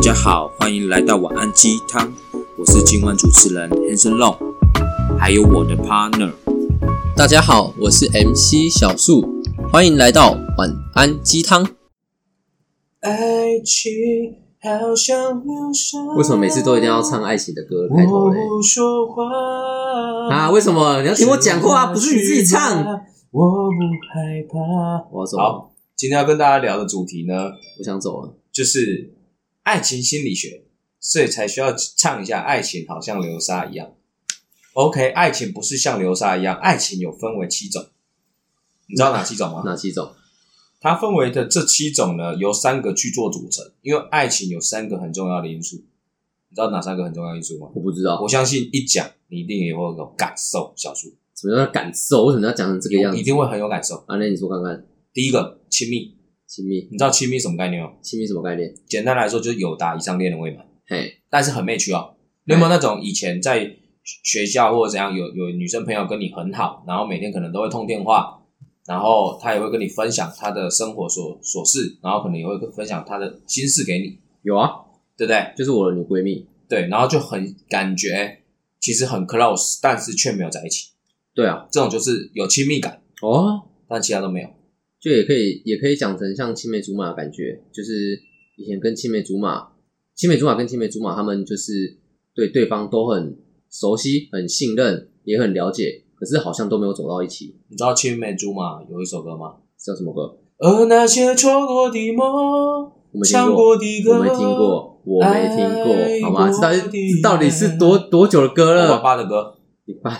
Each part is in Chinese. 家好，欢迎来到晚安鸡汤，我是今晚主持人 Hanson Long，还有我的 partner。大家好，我是 MC 小树，欢迎来到晚安鸡汤。爱情好像流沙。为什么每次都一定要唱啊爱情的歌开头嘞？我不说话？欸啊，为什么你要听我讲话，啊不是你自己唱？。我不害怕。我要走了，好，今天要跟大家聊的主题呢，我想走了。就是爱情心理学，所以才需要唱一下《爱情好像流沙一样》。OK，爱情不是像流沙一样，爱情有分为七种，你知道哪七种吗？哪几种？它分为的这七种呢，由三个去做组成，因为爱情有三个很重要的因素，你知道哪三个很重要因素吗？我不知道我，相信一讲，你一定也会有感受，小叔，什么叫感受？为什么要讲成这个样一子？定会很有感受。啊，那你说看看，第一个，亲密，亲密，你知道亲密什么概念吗？亲密什么概念？简单来说，就是友达以上恋人未满，嘿，但是很媚趣哦。你有没有那种以前在学校或者怎样，有有女生朋友跟你很好，然后每天可能都会通电话，然后她也会跟你分享她的生活琐琐事，然后可能也会分享她的心事给你，有啊，对不对？就是我的女闺蜜。对，然后就很感觉其实很 close，但是却没有在一起，对啊，这种就是有亲密感，哦，但其他都没有。就也可以，也可以讲成像青梅竹马的感觉，就是以前跟青梅竹马，青梅竹马跟青梅竹马，他们就是对对方都很熟悉、很信任，也很了解，可是好像都没有走到一起。你知道青梅竹马有一首歌吗？叫什么歌？而那些错过的梦，我没听唱过，过的歌，我没听，过，我没听过，好吗？爱这到底过的这到底是多多久的歌我了？爸爸的歌。你爸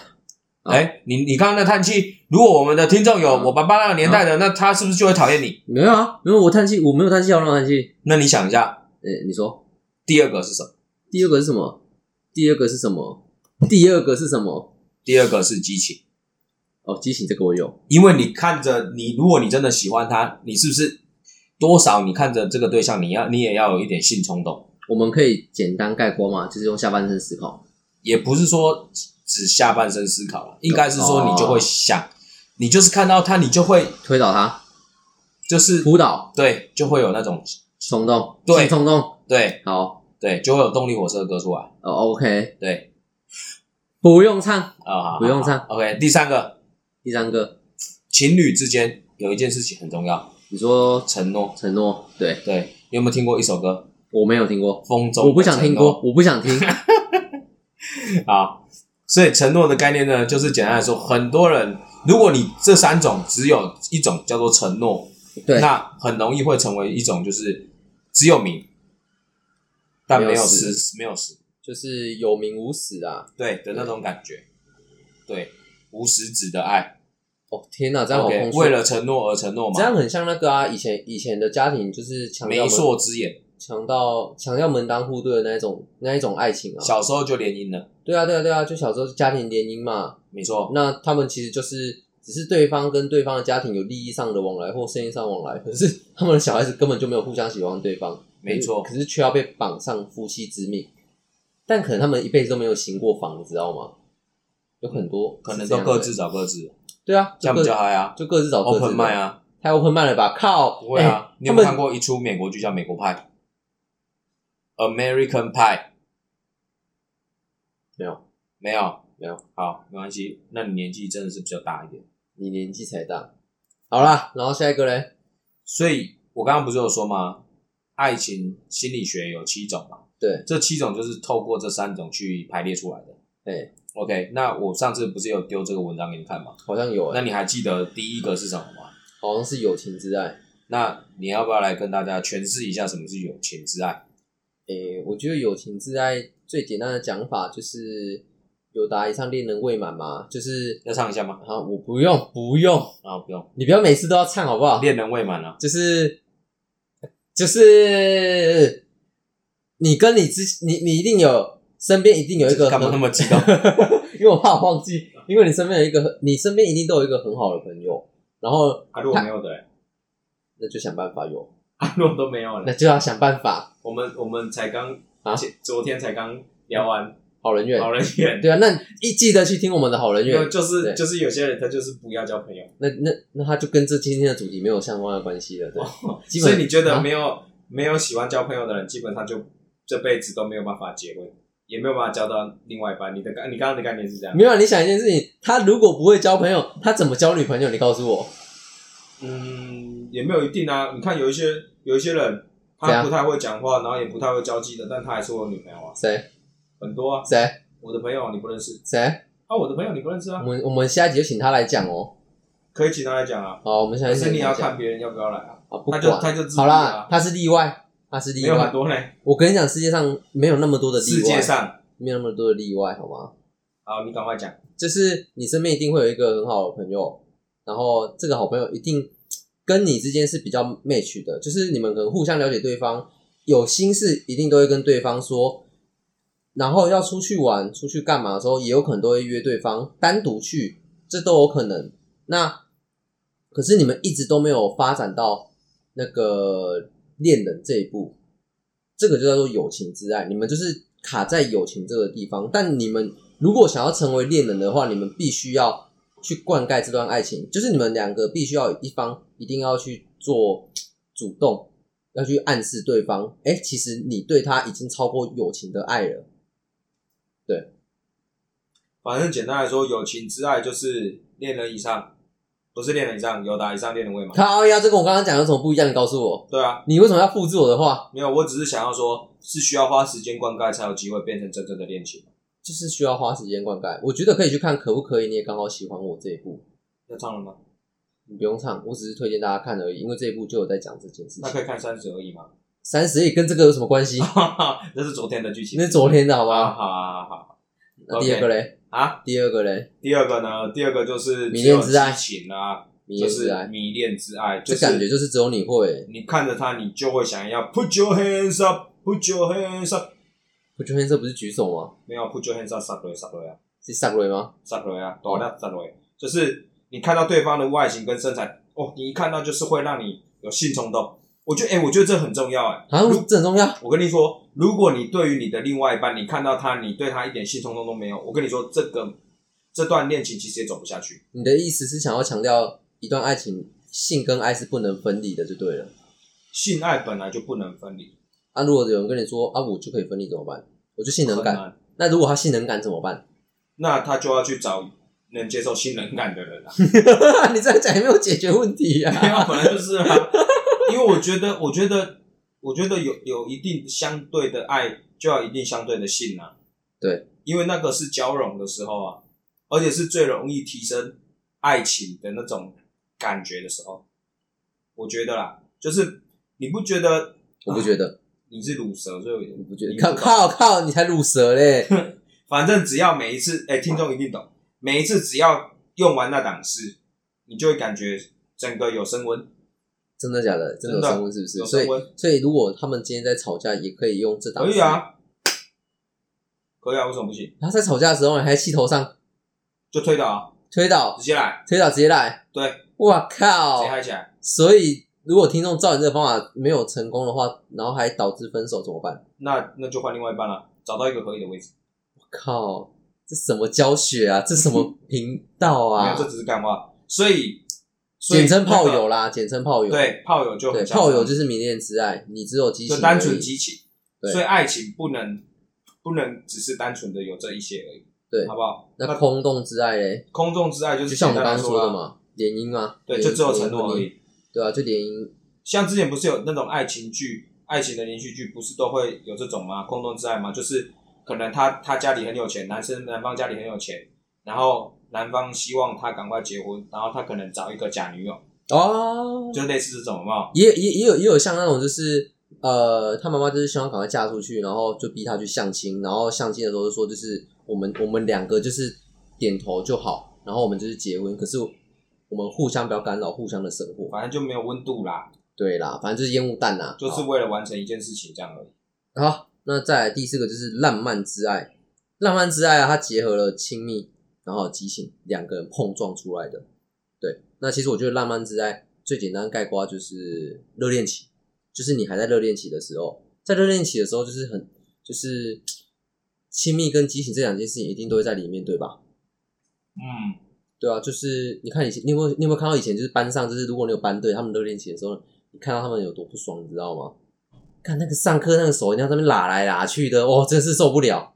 啊哎、你你刚刚的叹气，如果我们的听众有啊我爸爸那个年代的，那他是不是就会讨厌你？没有啊？没有，我叹气，我没有叹气，好让我叹气。那你想一下，呃、你说第二个是什么？第二个是什么？第二个是什么？第二个是什么？第二个是激情，哦，激情这个我有，因为你看着你，如果你真的喜欢他，你是不是多少你看着这个对象，你要你也要有一点性冲动。我们可以简单概括嘛，就是用下半身思考。也不是说只下半身思考了，应该是说你就会想，哦你就是看到他，你就会推倒他，就是扑倒，对，就会有那种冲动，对先冲动，对好，对，就会有动力火车的歌出来，哦，OK，对不用唱。啊，好好不用唱好 OK，第三个，第三个，情侣之间有一件事情很重要，你说承诺。承诺，对对，你有没有听过一首歌我没有听过，《风中》？我不想听过，。我不想 听。好，所以承诺的概念呢，就是简单来说，很多人如果你这三种只有一种叫做承诺，对，那很容易会成为一种就是只有名，但没有实，没有实，就是有名无实啊。对的那种感觉，对，无实质的爱。哦天哪，这样好 OK，空虚。为了承诺而承诺这样嘛，很像那个啊，以前以前的家庭就是强调媒门妁之言，强调强调门当户对的那一种那一种爱情啊。小时候就联姻了，对啊对啊对啊，就小时候家庭联姻嘛，没错，那他们其实就是只是对方跟对方的家庭有利益上的往来或生意上往来，可是他们的小孩子根本就没有互相喜欢对方，没错可是却要被绑上夫妻之命，但可能他们一辈子都没有行过房，你知道吗？有很多可能是这都样的各自找各自，对啊，就这样各比较嗨啊就各自找各自的，open mind，啊，太 open mind 了吧？靠，不会啊，哎你有他没们有看过一出美国剧叫《美国派》？American Pie 没有？没有没有，好，没关系，那你年纪真的是比较大一点。你年纪才大。好啦，然后下一个嘞，所以我刚刚不是有说吗？爱情心理学有七种嘛？对，这七种就是透过这三种去排列出来的。哎， OK，那我上次不是有丢这个文章给你看吗？好像有、那欸，你还记得第一个是什么吗？好像是友情之爱。那你要不要来跟大家诠释一下什么是友情之爱？诶、我觉得友情之爱最简单的讲法就是有达以上恋人未满嘛，就是要唱一下吗？啊，我不用不用，啊、不用，你不要每次都要唱好不好？恋人未满啊。就是就是你跟你之你你一定有身边一定有一个干嘛那很，么激 动？因为我怕我忘记，因为你身边有一个很你身边一定都有一个很好的朋友，然后啊，如果没有的、那就想办法有，啊，如果都没有那，就要想办法我们我们才刚啊前昨天才刚聊完好人缘。人缘，对啊，那一记得去听我们的好人缘，就是对就是有些人他就是不要交朋友。那那那他就跟这今天的主题没 有相关的关系了，对。基本哦所以你觉得啊没有、没有喜欢交朋友的人，基本上就这辈子都没有办法结婚，也没有办法交到另外一半。你的你刚刚的概念是这样？没有，你想一件事情，他如果不会交朋友，他怎么交女朋友？你告诉我，嗯，也没有一定啊。你看有一些有一些人，怎他样不太会讲话，然后也不太会交际的，但他还是我有女朋友啊，谁很多啊。谁我的朋友你不认识谁？啊，我的朋友你不认识我啊，们我们下一集就请他来讲哦。可以请他来讲啊。好，我们下一可集是请你他要讲看别人要不要来啊，啊，不他就管他就自律啊好啦，他是例外，他是没例有很外。多嘞。我跟你讲，世界上没有那么多的例世外，界上，没有那么多的例外，好吗？好，你赶快讲。就是你身边一定会有一个很好的朋友，然后这个好朋友一定跟你之间是比较 match 的，就是你们可能互相了解对方，有心事一定都会跟对方说，然后要出去玩、出去干嘛的时候，也有可能都会约对方单独去，这都有可能。那可是你们一直都没有发展到那个恋人这一步，这个就叫做友情之爱。你们就是卡在友情这个地方，但你们如果想要成为恋人的话，你们必须要去灌溉这段爱情，就是你们两个必须要有一方一定要去做主动，要去暗示对方，哎、其实你对他已经超过友情的爱了。反正简单来说，友情之爱就是恋人以上，不是恋人以上，友达以上恋人未满。靠呀，这跟我刚刚讲有什么不一样？你告诉我，对啊，你为什么要复制我的话？没有，我只是想要说，是需要花时间灌溉才有机会变成真正的恋情。就是需要花时间灌溉。我觉得可以去看《可不可以》，你也刚好喜欢我这一部，要唱了吗？你不用唱，我只是推荐大家看而已，因为这一部就有在讲这件事那情。可以看三十而已吗？ 三十也跟这个有什么关系？这是昨天的剧情。那是昨天的好啊，吗？好好好好那第二个嘞，啊。第二个嘞，第二个呢？第二个就是迷恋之爱只有激情啊，迷恋之就爱是，迷恋之爱，就这感觉是就是只有你会。你看着他，你就会想要 put your hands up，put your hands up，不就黑色不是举手吗？没有 put your hands up，杀落杀落啊，是上瑞吗？杀落啊，大量杀落，就是你看到对方的外形跟身材，哦，你一看到就是会让你有性冲动。我觉得，哎、我觉得这很重要、哎，啊，这很重要。我跟你说，如果你对于你的另外一半，你看到他，你对他一点性冲动都没有，我跟你说，这个这段恋情其实也走不下去。你的意思是想要强调一段爱情，性跟爱是不能分离的，就对了。性爱本来就不能分离，啊，如果有人跟你说啊，我就可以分离怎么办？我就性能很感。难。那如果他性能感怎么办？ 那他就要去找能接受性能感的人啊，你这样讲也没有解决问题 没有啊。本来就是啊。因为我觉得，我觉得，我觉得有有一定相对的爱，就要一定相对的性啊。对，因为那个是交融的时候啊，而且是最容易提升爱情的那种感觉的时候。我觉得啦，就是你不觉得我不觉得，你是乳蛇，所以我不觉你得。不懂靠靠靠，你才乳蛇嘞！反正只要每一次，哎、听众一定懂，每一次只要用完那档事，你就会感觉整个有升温，真的假的？真的有真的升温是不是？有所以升温，所以如果他们今天在吵架，也可以用这档。可以。啊，可以啊，为什么不行？他在吵架的时候，你还气头上就推倒啊，推倒直，接来，推倒直接来。对，我靠！直接嗨起来。所以，如果听众照你这个方法没有成功的话，然后还导致分手怎么办？那那就换另外一半了，找到一个合理的位置。我靠，这什么教学啊？这什么频道没啊有，？这只是干话。所以，所以简称炮友了。啦，简称炮友。对，炮友就对，很像炮友就是迷恋之爱，你只有激情而就已，单纯激情，对所以爱情不能不能只是单纯的有这一些而已，对好不好？那空洞之爱嘞，空中之爱就就是像我们简单刚刚来说的啦，嘛，联姻嘛，啊对，联就只有承诺而。联已姻。对啊，就联姻，像之前不是有那种爱情剧、爱情的连续剧，不是都会有这种吗？空洞之爱吗？就是可能他他家里很有钱，男生男方家里很有钱，然后男方希望他赶快结婚，然后他可能找一个假女友，哦，就类似这种，有没有？也也也有也有像那种就是呃，他妈妈就是希望赶快嫁出去，然后就逼他去相亲，然后相亲的时候就说就是我们我们两个就是点头就好，然后我们就是结婚，可是我们互相不要干扰互相的生活。反正就没有温度啦，对啦，反正就是烟雾弹啊啦。就是为了完成一件事情这样而已。好好，那再来第四个就是浪漫之爱，浪漫之爱啊，它结合了亲密然后激情两个人碰撞出来的。对，那其实我觉得浪漫之爱最简单概括就是热恋期，就是你还在热恋期的时候，在热恋期的时候就是很就是亲密跟激情这两件事情一定都会在里面，对吧？嗯，对啊，就是你看以前，你有没有你有没有看到以前就是班上，就是如果你有班队，他们热恋期的时候，你看到他们有多不爽，你知道吗？看那个上课那个手一定要在那边拉来拉去的，哦，真是受不了。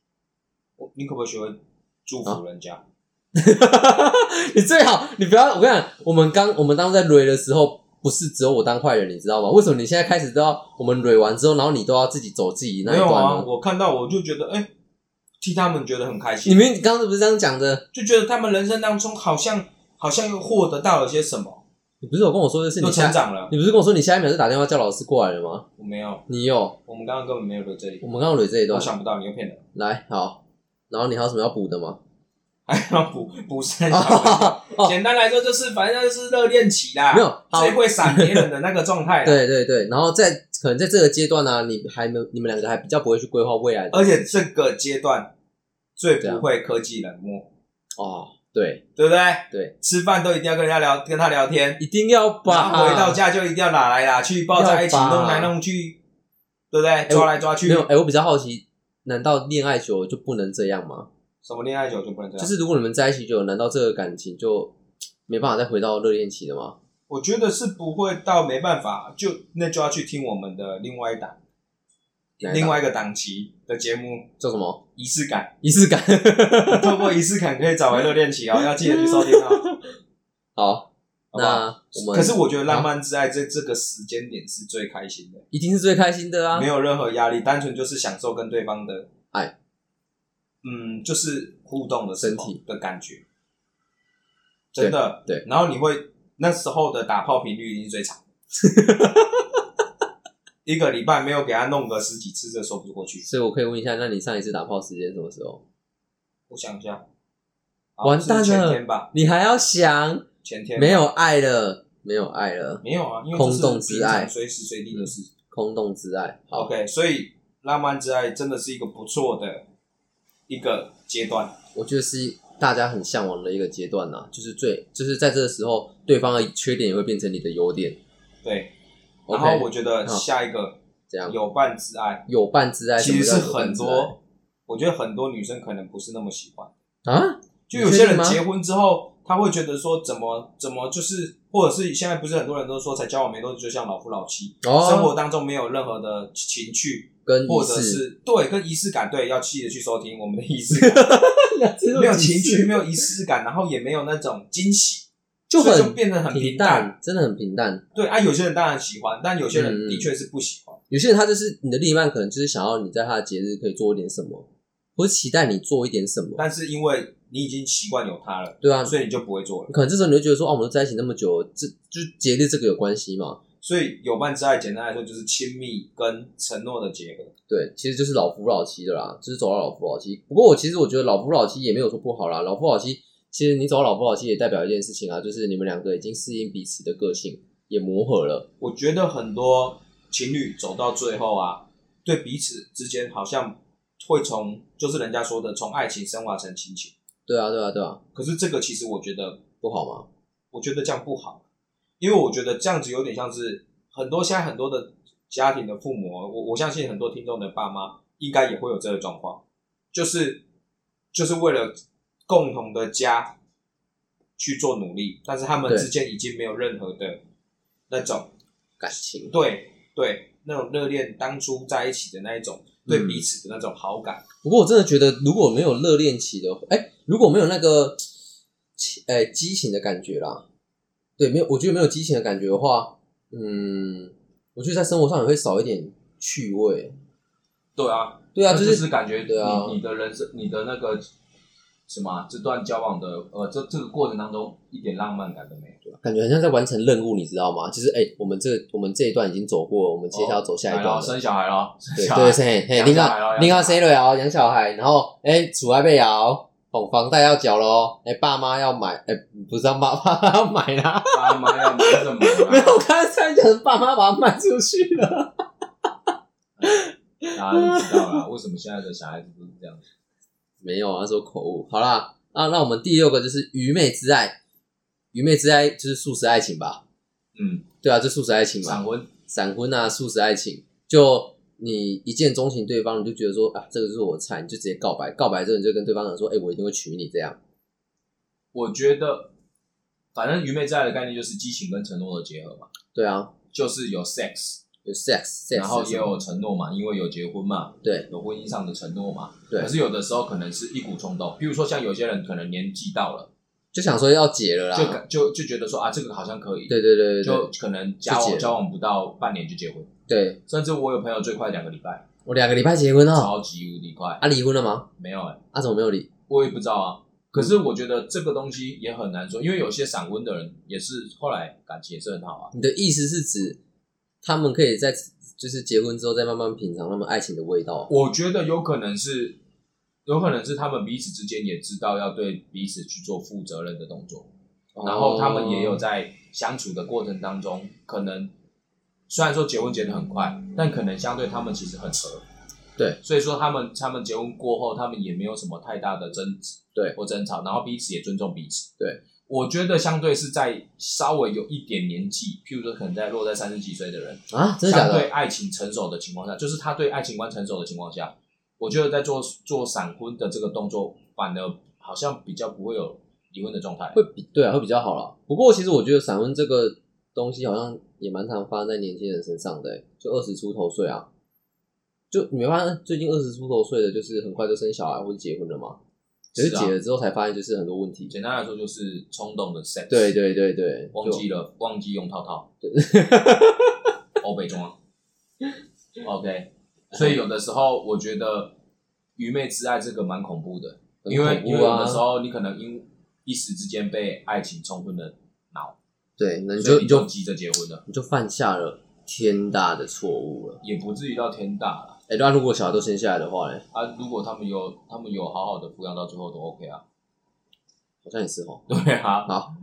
我你可不可以学会祝啊福人家？你最好你不要，我跟你讲，我们刚我们当时在蕊的时候，不是只有我当坏人，你知道吗？为什么你现在开始都要我们蕊完之后，然后你都要自己走自己那没一有段啊，呢？我看到我就觉得，哎、替他们觉得很开你心，们刚刚不是这样讲的？就觉得他们人生当中好像好像又获得到了些什么，你不是有跟我说的是又你下成，长了。你不是跟我说你下一秒就打电话叫老师过来了吗？我没有，你有？我们刚刚根本没有留这一我们刚刚捋这一我段，想不到，你又骗人， 来好，然后你还有什么要补的吗？还要补 补三小分。哦哦简单来说就是，反正就是热恋期啦，没有好最会闪别人的那个状态 啦。对对对，然后在可能在这个阶段呢、啊你还没有你们两个还比较不会去规划未来的而且这个阶段最不会科技冷漠，哦，对，对不对？对，吃饭都一定要跟人家聊，跟他聊天，一定要然后把回到家就一定要打来打去，抱在一起要吧弄来弄去，对不对？抓来抓去没，有，哎、我比较好奇，难道恋爱久了就不能这样吗？什么恋爱久就不能这就样？是如果你们在一起久了，难道这个感情就没办法再回到热恋期了吗？我觉得是不会到没办法，就那就要去听我们的另外一档，哪一档另外一个档期的节目叫什么仪式感， 仪式感？ 透过仪式感可以找回热恋期哦，要记得去收听 哦。好，好不好那我们可是我觉得浪漫之爱这这个时间点是最开心的，一定是最开心的啊没！有任何压力，单纯就是享受跟对方的爱，嗯，就是互动的时身候体的感觉，真的对对然后你会那时候的打炮频率一定是最长的， 一个礼拜没有给他弄个十几次，这说不过去。所以我可以问一下，那你上一次打炮时间什么时候？我想一下，好完蛋了是前天吧，你还要想，前天吧没有爱了，没有爱了，没有啊，因为空洞这是之爱平常随时随地的事。空洞之爱。好， OK，所以浪漫之爱真的是一个不错的一个阶段。我觉得是大家很向往的一个阶段呐、就是最就是在这个时候，对方的缺点也会变成你的优点。对，然 OK，后我觉得好下一个这样有伴之爱，有伴之爱，其实什是么叫有伴很之多，我觉得很多女生可能不是那么喜欢，爱啊，就有些你确定人吗结婚之后，他会觉得说怎么怎么就是，或者是现在不是很多人都说才交往没多久就像老夫老妻，哦，生活当中没有任何的情趣，跟或仪者式，是对跟仪式感，对要记得去收听我们的 仪式感，没有情趣，没有仪式感，然后也没有那种惊喜，就所以很就变得很平平淡。，真的很平淡。对啊，有些人当然喜欢，但有些人嗯的确是不喜欢。有些人他就是你的另一半，可能就是想要你在他的节日可以做一点什么，或者期待你做一点什么，但是因为你已经习惯有他了，对啊。所以你就不会做了。可能这时候你就觉得说，哦，我们都在一起那么久了，这就是节日这个有关系嘛？所以有伴之爱，简单来说就是亲密跟承诺的结合。对，其实就是老夫老妻的啦，就是走到老夫老妻。不过我其实我觉得老夫老妻也没有说不好啦，老夫老妻其实你走到老夫老妻也代表一件事情啊，就是你们两个已经适应彼此的个性，也磨合了。我觉得很多情侣走到最后啊，对彼此之间好像会从就是人家说的从爱情升华成亲情。对啊，对啊，对啊，可是这个其实我觉得，不好吗？我觉得这样不好，因为我觉得这样子有点像是很多现在很多的家庭的父母哦，我我相信很多听众的爸妈应该也会有这个状况，就是就是为了共同的家去做努力，但是他们对之间已经没有任何的那种感情，对对那种热恋当初在一起的那一种对嗯彼此的那种好感，不过我真的觉得，如果没有热恋期的，哎、如果没有那个，哎、激情的感觉啦，对，没有，我觉得没有激情的感觉的话，嗯，我觉得在生活上也会少一点趣味。对啊，对啊，就就是是感觉你、对啊你的人生，你的那个什么啊、这段交往的呃，这这个过程当中一点浪漫感都没有。感觉很像在完成任务，你知道吗？就是哎、我们这我们这一段已经走过了，我们接下来要走下一来段了，了。哎哦生小孩了，生对小孩对，是嘿，嘿，养你小孩咯看，你看谁了摇养小孩，然后哎，厝外被摇，房房贷要缴咯，哎，爸妈要买，哎，不是爸爸妈要买 啦，爸 妈要买什么啊？没有，我刚才差点讲爸妈把它卖出去了。大家都知道啦，为什么现在的小孩子都是这样子？没有啊，那时候口误。好啦，啊，那我们第六个就是愚昧之爱，愚昧之爱就是素食爱情吧？嗯，对啊，就素食爱情闪嘛，婚，闪婚啊，素食爱情，就你一见钟情对方，你就觉得说啊，这个就是我的菜，你就直接告白，告白之后你就跟对方讲说，哎、我一定会娶你这样。我觉得反正愚昧之爱的概念就是激情跟承诺的结合嘛，对啊，就是有 sex，有 sex，, sex 然后是也什么有承诺嘛，因为有结婚嘛，对有婚姻上的承诺嘛。对可是有的时候可能是一股冲动，比如说像有些人可能年纪到了，就想说要解了啦，就感就就觉得说啊，这个好像可以，对对对对就对可能交就结往了交往不到半年就结婚，对，甚至我有朋友最快两个礼拜，我两个礼拜结婚了，超级无敌快，啊离婚了吗？没有哎、啊怎么没有离？我也不知道啊。可嗯是我觉得这个东西也很难说，因为有些闪婚的人也是后来感情也是很好啊。你的意思是指他们可以在就是结婚之后再慢慢品尝他们爱情的味道？哦我觉得有可能是，有可能是他们彼此之间也知道要对彼此去做负责任的动作，然后他们也有哦在相处的过程当中，可能虽然说结婚结得很快，但可能相对他们其实很合。对，所以说他们他们结婚过后，他们也没有什么太大的争执，对或争吵，然后彼此也尊重彼此。对，我觉得相对是在稍微有一点年纪，譬如说可能在落在三十几岁的人，啊，真的假相对的？爱情成熟的情况下，就是他对爱情观成熟的情况下，我觉得在做做闪婚的这个动作，反而好像比较不会有离婚的状态。会比对啊，会比较好啦。不过其实我觉得闪婚这个东西好像也蛮常发生在年轻人身上的欸、就二十出头岁啊，就你没发现最近二十出头岁的，就是很快就生小孩或者结婚了嘛，只是是啊结了之后才发现就是很多问题。简单来说就是冲动的 sex，对，对对对，忘记了。了忘记用套套， 欧北中啊，OK，所以有的时候我觉得愚昧之爱这个蛮恐怖的，很因为、恐怖因为有啊的时候你可能因一时之间被爱情冲昏了脑，对，那你所就以你你就就急着结婚了，你就犯下了天大的错误了。也不至于到天大了。哎、那如果小孩都生下来的话呢？啊，如果他们有他们有好好的抚养到最后都 OK 啊。 好像也是哦。对啊，好，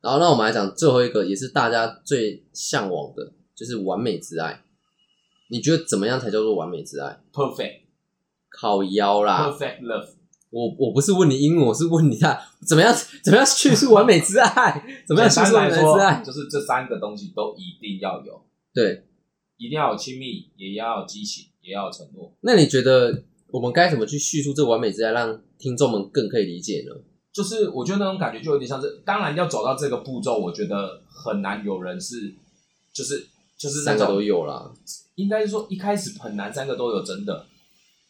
然后那我们来讲最后一个，也是大家最向往的，就是完美之爱。你觉得怎么样才叫做完美之爱？ perfect 靠腰啦！ perfect love，我我不是问你英文，我是问你啊，怎么样怎么样叙述完美之爱？怎么样叙简述单完来美之说啊爱？就是这三个东西都一定要有，啊对，一定要有亲密，也要有激情，也要有承诺。那你觉得我们该怎么去叙述这完美之爱，让听众们更可以理解呢？就是我觉得那种感觉就有点像是，当然要走到这个步骤，我觉得很难有人是，就是就是那三个都种，有啦，应该是说一开始很难，三个都有，真的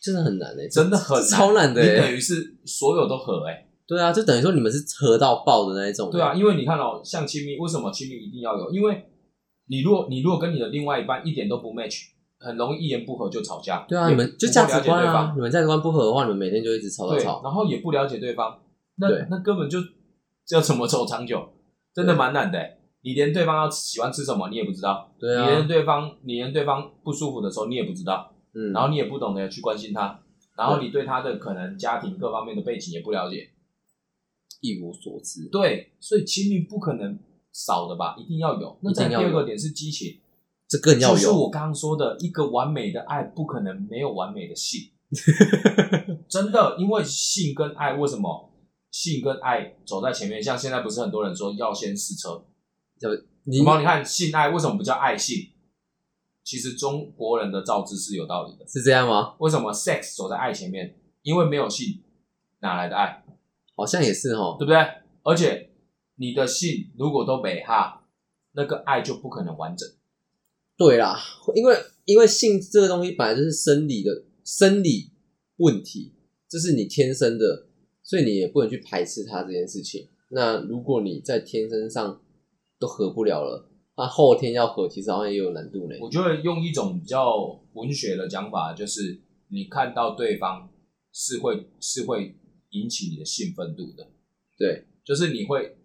真的很难诶、欸，真的很难，超难的、你等欸。于是所有都合哎、对啊，就等于说你们是合到爆的那一种、欸对啊，，因为你看哦，像亲密，为什么亲密一定要有？因为你如果你如果跟你的另外一半一点都不 match，很容易一言不合就吵架。对啊，你也们就价值观不了解对啊，方你们价值观不合的话，你们每天就一直吵吵对，吵。然后也不了解对方，那对那根本就这要怎么走长久？真的对蛮难的欸。你连对方要喜欢吃什么你也不知道，对你连啊，对方你连对方不舒服的时候你也不知道，嗯，然后你也不懂得去关心他，然后你对他的可能家庭各方面的背景也不了解，一无所知。对，所以亲密不可能少的吧，一定要有。那一定再第要二有个点是激情。这更要就是有，我刚刚说的，一个完美的爱不可能没有完美的性， 真的，因为性跟爱为什么？性跟爱走在前面，像现在不是很多人说要先试车，你你帮你看性爱为什么不叫爱性？其实中国人的造字是有道理的，是这样吗？为什么 sex 走在爱前面？因为没有性，哪来的爱？好像也是哦对。不对？而且你的性如果都没哈，那个爱就不可能完整。对啦，因为因为性这个东西本来就是生理的生理问题，这是你天生的，所以你也不能去排斥它这件事情。那如果你在天生上都合不了了，那后天要合其实好像也有难度呢。我觉得用一种比较文学的讲法，就是你看到对方是会是会引起你的兴奋度的，对，就是你会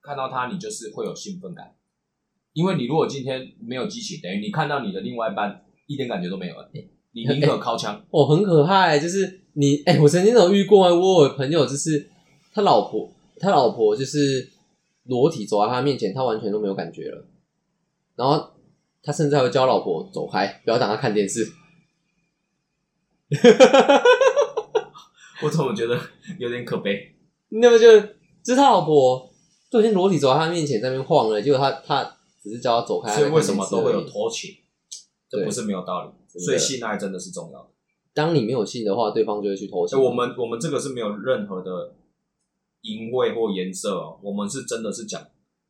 看到他，你就是会有兴奋感，因为你如果今天没有激情，等于你看到你的另外一半一点感觉都没有了，你宁可靠枪，哦，很可爱，就是你哎、我曾经有遇过，我有朋友就是他老婆，他老婆就是裸体走在他面前，他完全都没有感觉了，然后他甚至还会叫他老婆走开，不要挡他看电视。我怎么觉得有点可悲？你那么就就是他老婆都已经裸体走在他面前在那边晃了，结果他他只是叫他走开，所以为什他么在看电都视而会已有偷情？这对不是没有道理，真的所以性爱真的是重要的。当你没有性的话，对方就会去偷情。哎所以我们我们这个是没有任何的淫秽或颜色哦，我们是真的是讲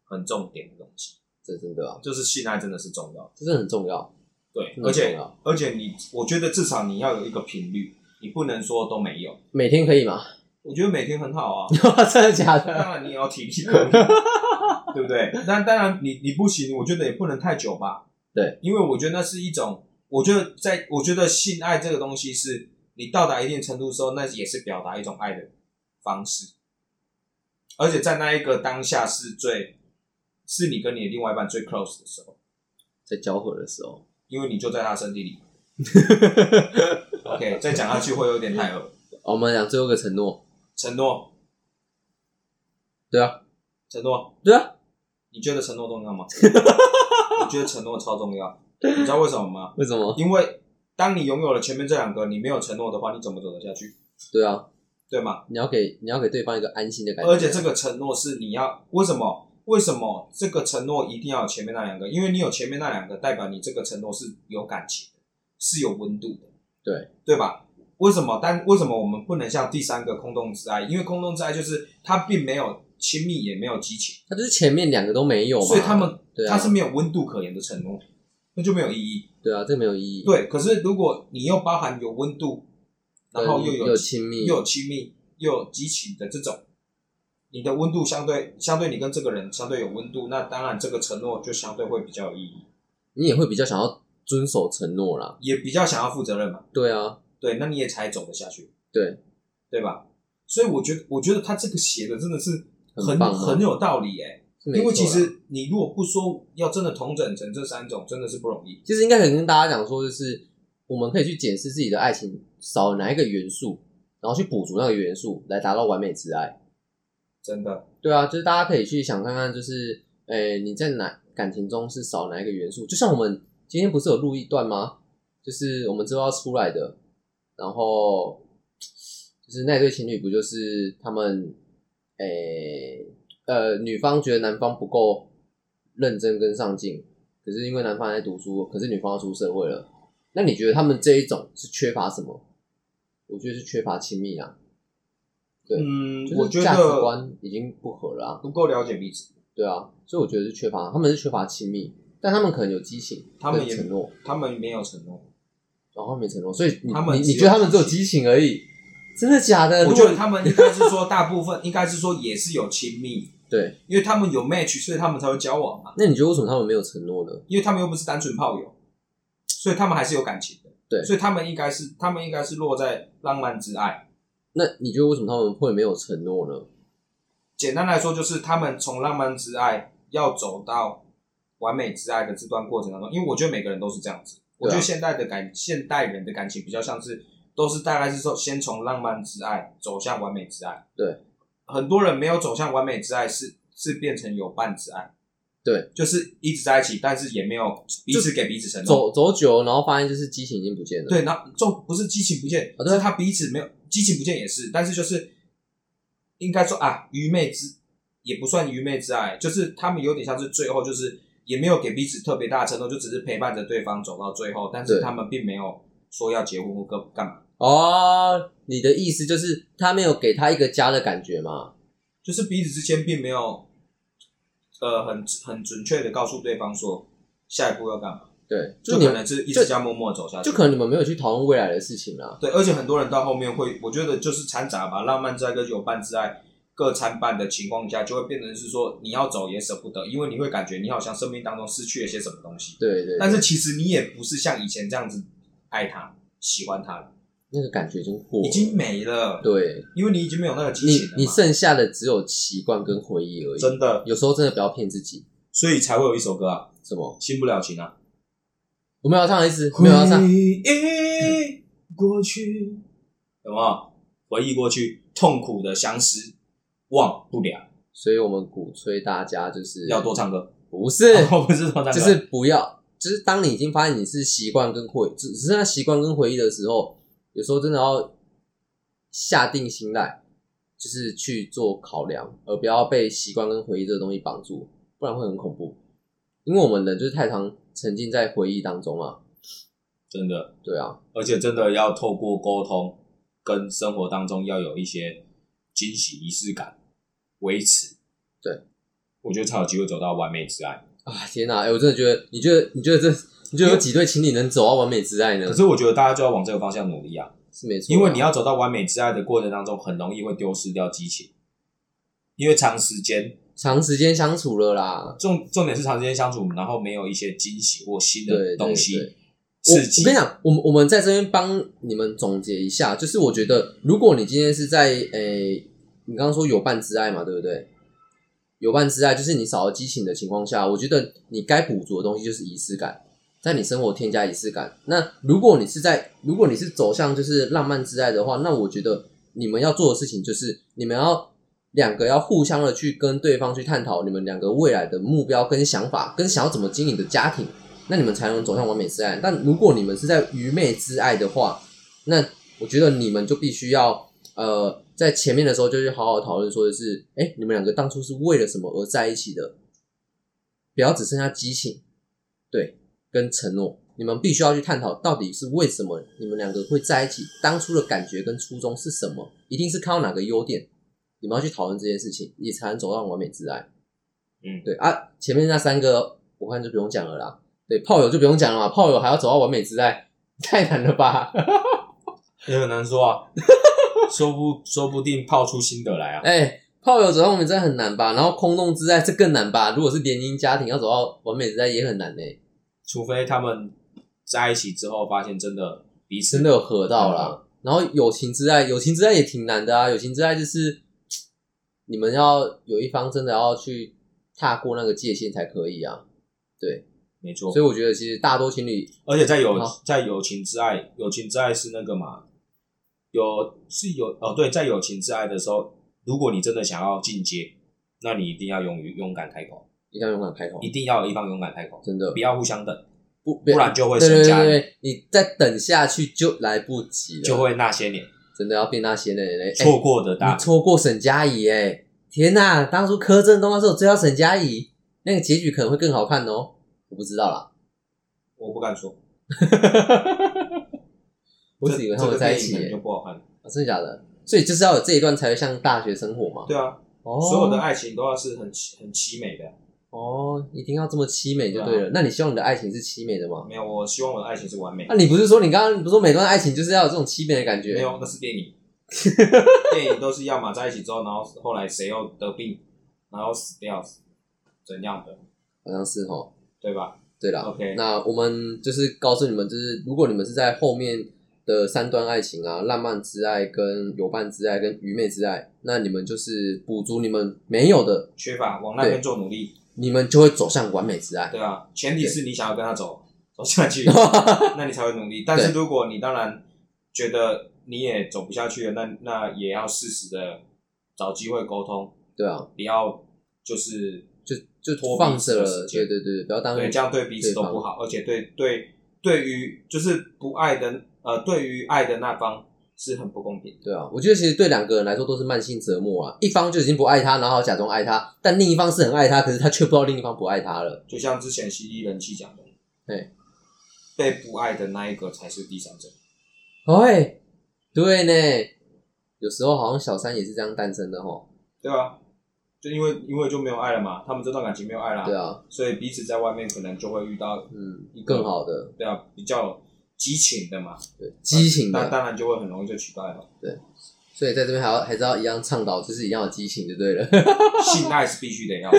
很重点的东西，这真的啊，就是性爱真的是重要的。这真的很重要。对，这而很重且要而且你，我觉得至少你要有一个频率，你不能说都没有。每天可以吗？ 我觉得每天很好啊，真的假的？当然你也要体力 管理，对不对？但当然你你不行，我觉得也不能太久吧。对，因为我觉得那是一种，我觉得在我觉得性爱这个东西是，你到达一定程度的时候，那也是表达一种爱的方式，而且在那一个当下是最，是你跟你的另外一半最 close 的时候，在交合的时候，因为你就在他身体里。OK，再讲下去会有点太恶。我们讲最后一个承诺，承诺，对啊，承诺，对啊，你觉得承诺重 要吗？我觉得承诺超重要，你知道为什么吗？为什么？因为当你拥有了前面这两个，你没有承诺的话，你怎么走得下去？对啊，对吗？你要给你要给对方一个安心的感觉，而且这个承诺是你要为什么？为什么这个承诺一定要有前面那两个？因为你有前面那两个，代表你这个承诺是有感情的，是有温度的，对对吧？为什么？但为什么我们不能像第三个空洞之爱？因为空洞之爱就是它并没有亲密，也没有激情，他就是前面两个都没有嘛，所以他们对啊，它是没有温度可言的承诺，那就没有意义。对啊，这个没有意义，，对，可是如果你又包含有温度，然后又有又亲密，又有亲密又有激情的这种，你的温度相对相对你跟这个人相对有温度，那当然这个承诺就相对会比较有意义，你也会比较想要遵守承诺啦，也比较想要负责任嘛。对啊，对，那你也才走得下去，对对吧？所以我觉得，我觉得他这个写的真的是很很棒啊很有道理哎、是没因为错啊其啦实你如果不说要真的统整成这三种，真的是不容易。其实应该可以跟大家讲说，就是我们可以去检视自己的爱情少了哪一个元素，然后去补足那个元素，来达到完美之爱。真的，对啊，就是大家可以去想看看，就是诶、你在哪感情中是少哪一个元素？就像我们今天不是有录一段吗？就是我们之后要出来的，然后就是那对情侣不就是他们诶、呃女方觉得男方不够认真跟上进，可是因为男方还在读书，可是女方要出社会了，那你觉得他们这一种是缺乏什么？我觉得是缺乏亲密啊，对嗯就，我是觉价值得观已经不合了啊。不够了解彼此，对啊，所以我觉得是缺乏，他们是缺乏亲密，但他们可能有激情，他们也承诺，他们没有承诺。然后没承诺，所以你他们你只有你觉得他们只有激情而已？真的假的？我呃如觉果得他们应该是说，大部分应 该是说也是有亲密，对，因为他们有 match，所以他们才会交往嘛。那你觉得为什么他们没有承诺呢？因为他们又不是单纯炮友，所以他们还是有感情的。对所以他们应该是他们应该是落在浪漫之爱。那你觉得为什么他们会没有承诺呢？简单来说，就是他们从浪漫之爱要走到完美之爱的这段过程当中，因为我觉得每个人都是这样啊子。我觉得现代的感现代人的感情比较像是都是大概是说先从浪漫之爱走向完美之爱。对，很多人没有走向完美之爱是是变成有伴之爱。对，就是一直在一起，但是也没有彼此给彼此承诺。走走久，然后发现就是激情已经不见了。对，然后就不是激情不见，啊而对啊是他彼此没有激情不见也是，但是就是应该说啊，愚昧之也不算愚昧之爱，就是他们有点像是最后就是也没有给彼此特别大的承诺，就只是陪伴着对方走到最后，但是对他们并没有说要结婚或干干嘛，哦，你的意思就是他没有给他一个家的感觉嘛？就是彼此之间并没有呃很很准确的告诉对方说下一步要干嘛，对，就你可能是一直这样默默地走下去就。可能你们没有去讨论未来的事情啦。对，而且很多人到后面会，我觉得就是掺杂吧，浪漫之爱跟有伴之爱各参半的情况下，就会变成是说你要走也舍不得，因为你会感觉你好像生命当中失去了些什么东西，对对，但是其实你也不是像以前这样子爱他、喜欢他了，那个感觉已经过了，已经没了，对因为你已经没有那个激你情了嘛，你剩下的只有习惯跟回忆而已。真的，有时候真的不要骗自己。所以才会有一首歌啊，什么？ 《新不了情》啊，我没有要唱的意思，没有啊要唱。忆过去，有没有？回忆过去，痛苦的相思忘不了，所以我们鼓吹大家就是要多，哦唱歌。不是，我不是说那个，就是不要，就是当你已经发现你是习惯跟回，只只剩下习惯跟回忆的时候，有时候真的要下定心来，就是去做考量，而不要被习惯跟回忆这个东西绑住，不然会很恐怖。因为我们人就是太常沉浸在回忆当中嘛，真的，对啊，而且真的要透过沟通跟生活当中要有一些惊喜仪式感维持，对，我觉得才有机会走到完美之爱。啊，天哪！哎、我真的觉得，你觉得你觉得这你觉得有几对情侣能走到完美之爱呢可？是我觉得大家就要往这个方向努力啊，是没错啊，因为你要走到完美之爱的过程当中，很容易会丢失掉激情，因为长时间长时间相处了啦。重重点是长时间相处，然后没有一些惊喜或新对的对东西对我刺激我跟。你讲，我们我们在这边帮你们总结一下，就是我觉得，如果你今天是在诶、你刚刚说有伴之爱嘛，对不对？有伴之爱就是你少了激情的情况下，我觉得你该补足的东西就是仪式感，在你生活添加仪式感。那如果你是在，如果你是走向就是浪漫之爱的话，那我觉得你们要做的事情就是你们要两个要互相的去跟对方去探讨你们两个未来的目标跟想法，跟想要怎么经营的家庭。那你们才能走向完美之爱。但如果你们是在愚昧之爱的话，那我觉得你们就必须要呃，在前面的时候就去好好讨论，说的是，哎、你们两个当初是为了什么而在一起的？不要只剩下激情，对，跟承诺。你们必须要去探讨，到底是为什么你们两个会在一起，当初的感觉跟初衷是什么？一定是看到哪个优点，你们要去讨论这件事情，你才能走到完美之爱。嗯对啊，前面那三个我看就不用讲了啦。对，炮友就不用讲了嘛，炮友还要走到完美之爱， 太难了吧？ 也很难说啊，说不说不定泡出心得来啊。哎、炮友走到完美之爱很难吧？然后空洞之爱这更难吧？如果是联姻家庭要走到完美之爱也很难呢、除非他们在一起之后发现真的彼此真的有合到啦。然后友情之爱，友情之爱也挺难的啊，友情之爱就是你们要有一方真的要去踏过那个界限才可以啊。没错所，以我觉得其实大多情侣而且在友好在友情之爱，友情之爱是那个嘛，有是有哦，对，在友情之爱的时候，如果你真的想要进阶，那你一定要勇于勇敢开口，一定要勇敢开口，一定要有一方勇敢开口，真的不要互相等，不不不然就会对剩对下对对，你再等下去就来不及了，就会那些年真的要变那些人嘞。哎错过的大你错过沈佳宜哎、天呐，当初柯震东那时候追到沈佳宜，那个结局可能会更好看哦。我不知道啦，我不敢说，我只以为他这们个在一电起影可能耶、就不好看。啊真的假的？所以就是要有这一段才会像大学生活嘛。对啊，哦，所有的爱情都要是很凄很凄美的。啊哦，一定要这么凄美就对了。对啊那你希望你的爱情是凄美的吗？没有，我希望我的爱情是完美的那、。你不是说你刚刚不是说每段爱情就是要有这种凄美的感觉？没有，那是电影。电影都是要么在一起之后，然后后来谁又得病，然后死掉，怎样的，好像是哦。对吧？对啦 OK 那我们就是告诉你们，就是如果你们是在后面的三段爱情啊，浪漫之爱、跟有伴之爱、跟愚昧之爱，那你们就是补足你们没有的，缺乏往那边做努力，你们就会走向完美之爱。对啊，前提是你想要跟他走走下去，那你才会努力。但是如果你当然觉得你也走不下去了，那那也要适时的找机会沟通，对啊，不要就是就就拖放彼此着的了，时对间对对，不要当对，这样对彼此都不好，而且对对对于就是不爱的呃，对于爱的那方是很不公平的。对啊，我觉得其实对两个人来说都是慢性折磨啊，一方就已经不爱他，然后假装爱他，但另一方是很爱他，可是他却不知道另一方不爱他了。就像之前犀利人气讲的，对，被不爱的那一个才是第三者。哎，对呢，有时候好像小三也是这样诞生的哈。对啊，就因为因为就没有爱了嘛，他们这段感情没有爱啦，对啊，所以彼此在外面可能就会遇到嗯，更好的，对啊比较激情的嘛，对，啊激情的那，当然就会很容易就取代了。所以在这边还要还是要一样倡导，就是一样有激情就对了。 性爱是必须得要的，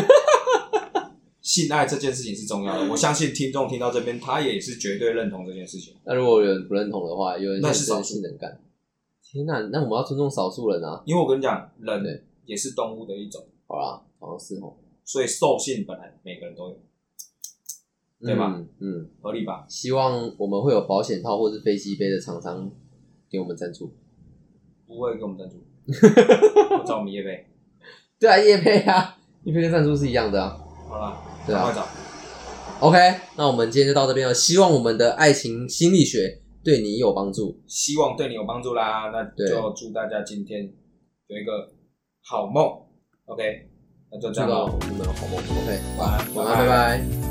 性爱这件事情是重要的。我相信听众听到这边，他也是绝对认同这件事情。那如果有人不认同的话，有人那是少真数性能感，天哪、那我们要尊重少数人啊！因为我跟你讲，人对也是动物的一种，好啦，好像是哦，所以兽性本来每个人都有，对吧嗯？嗯，合理吧？希望我们会有保险套或是飞机杯的厂商给我们赞助。不会给我们赞助，我找我们叶贝。对啊，叶配啊，叶配跟赞助是一样的啊。好了，对啊赶快找。 OK，那我们今天就到这边了。希望我们的爱情心理学对你有帮助。希望对你有帮助啦。那对就祝大家今天有一个好梦。OK，那就这祝样到喽，你们有好梦。OK，晚安，哦晚安，拜拜。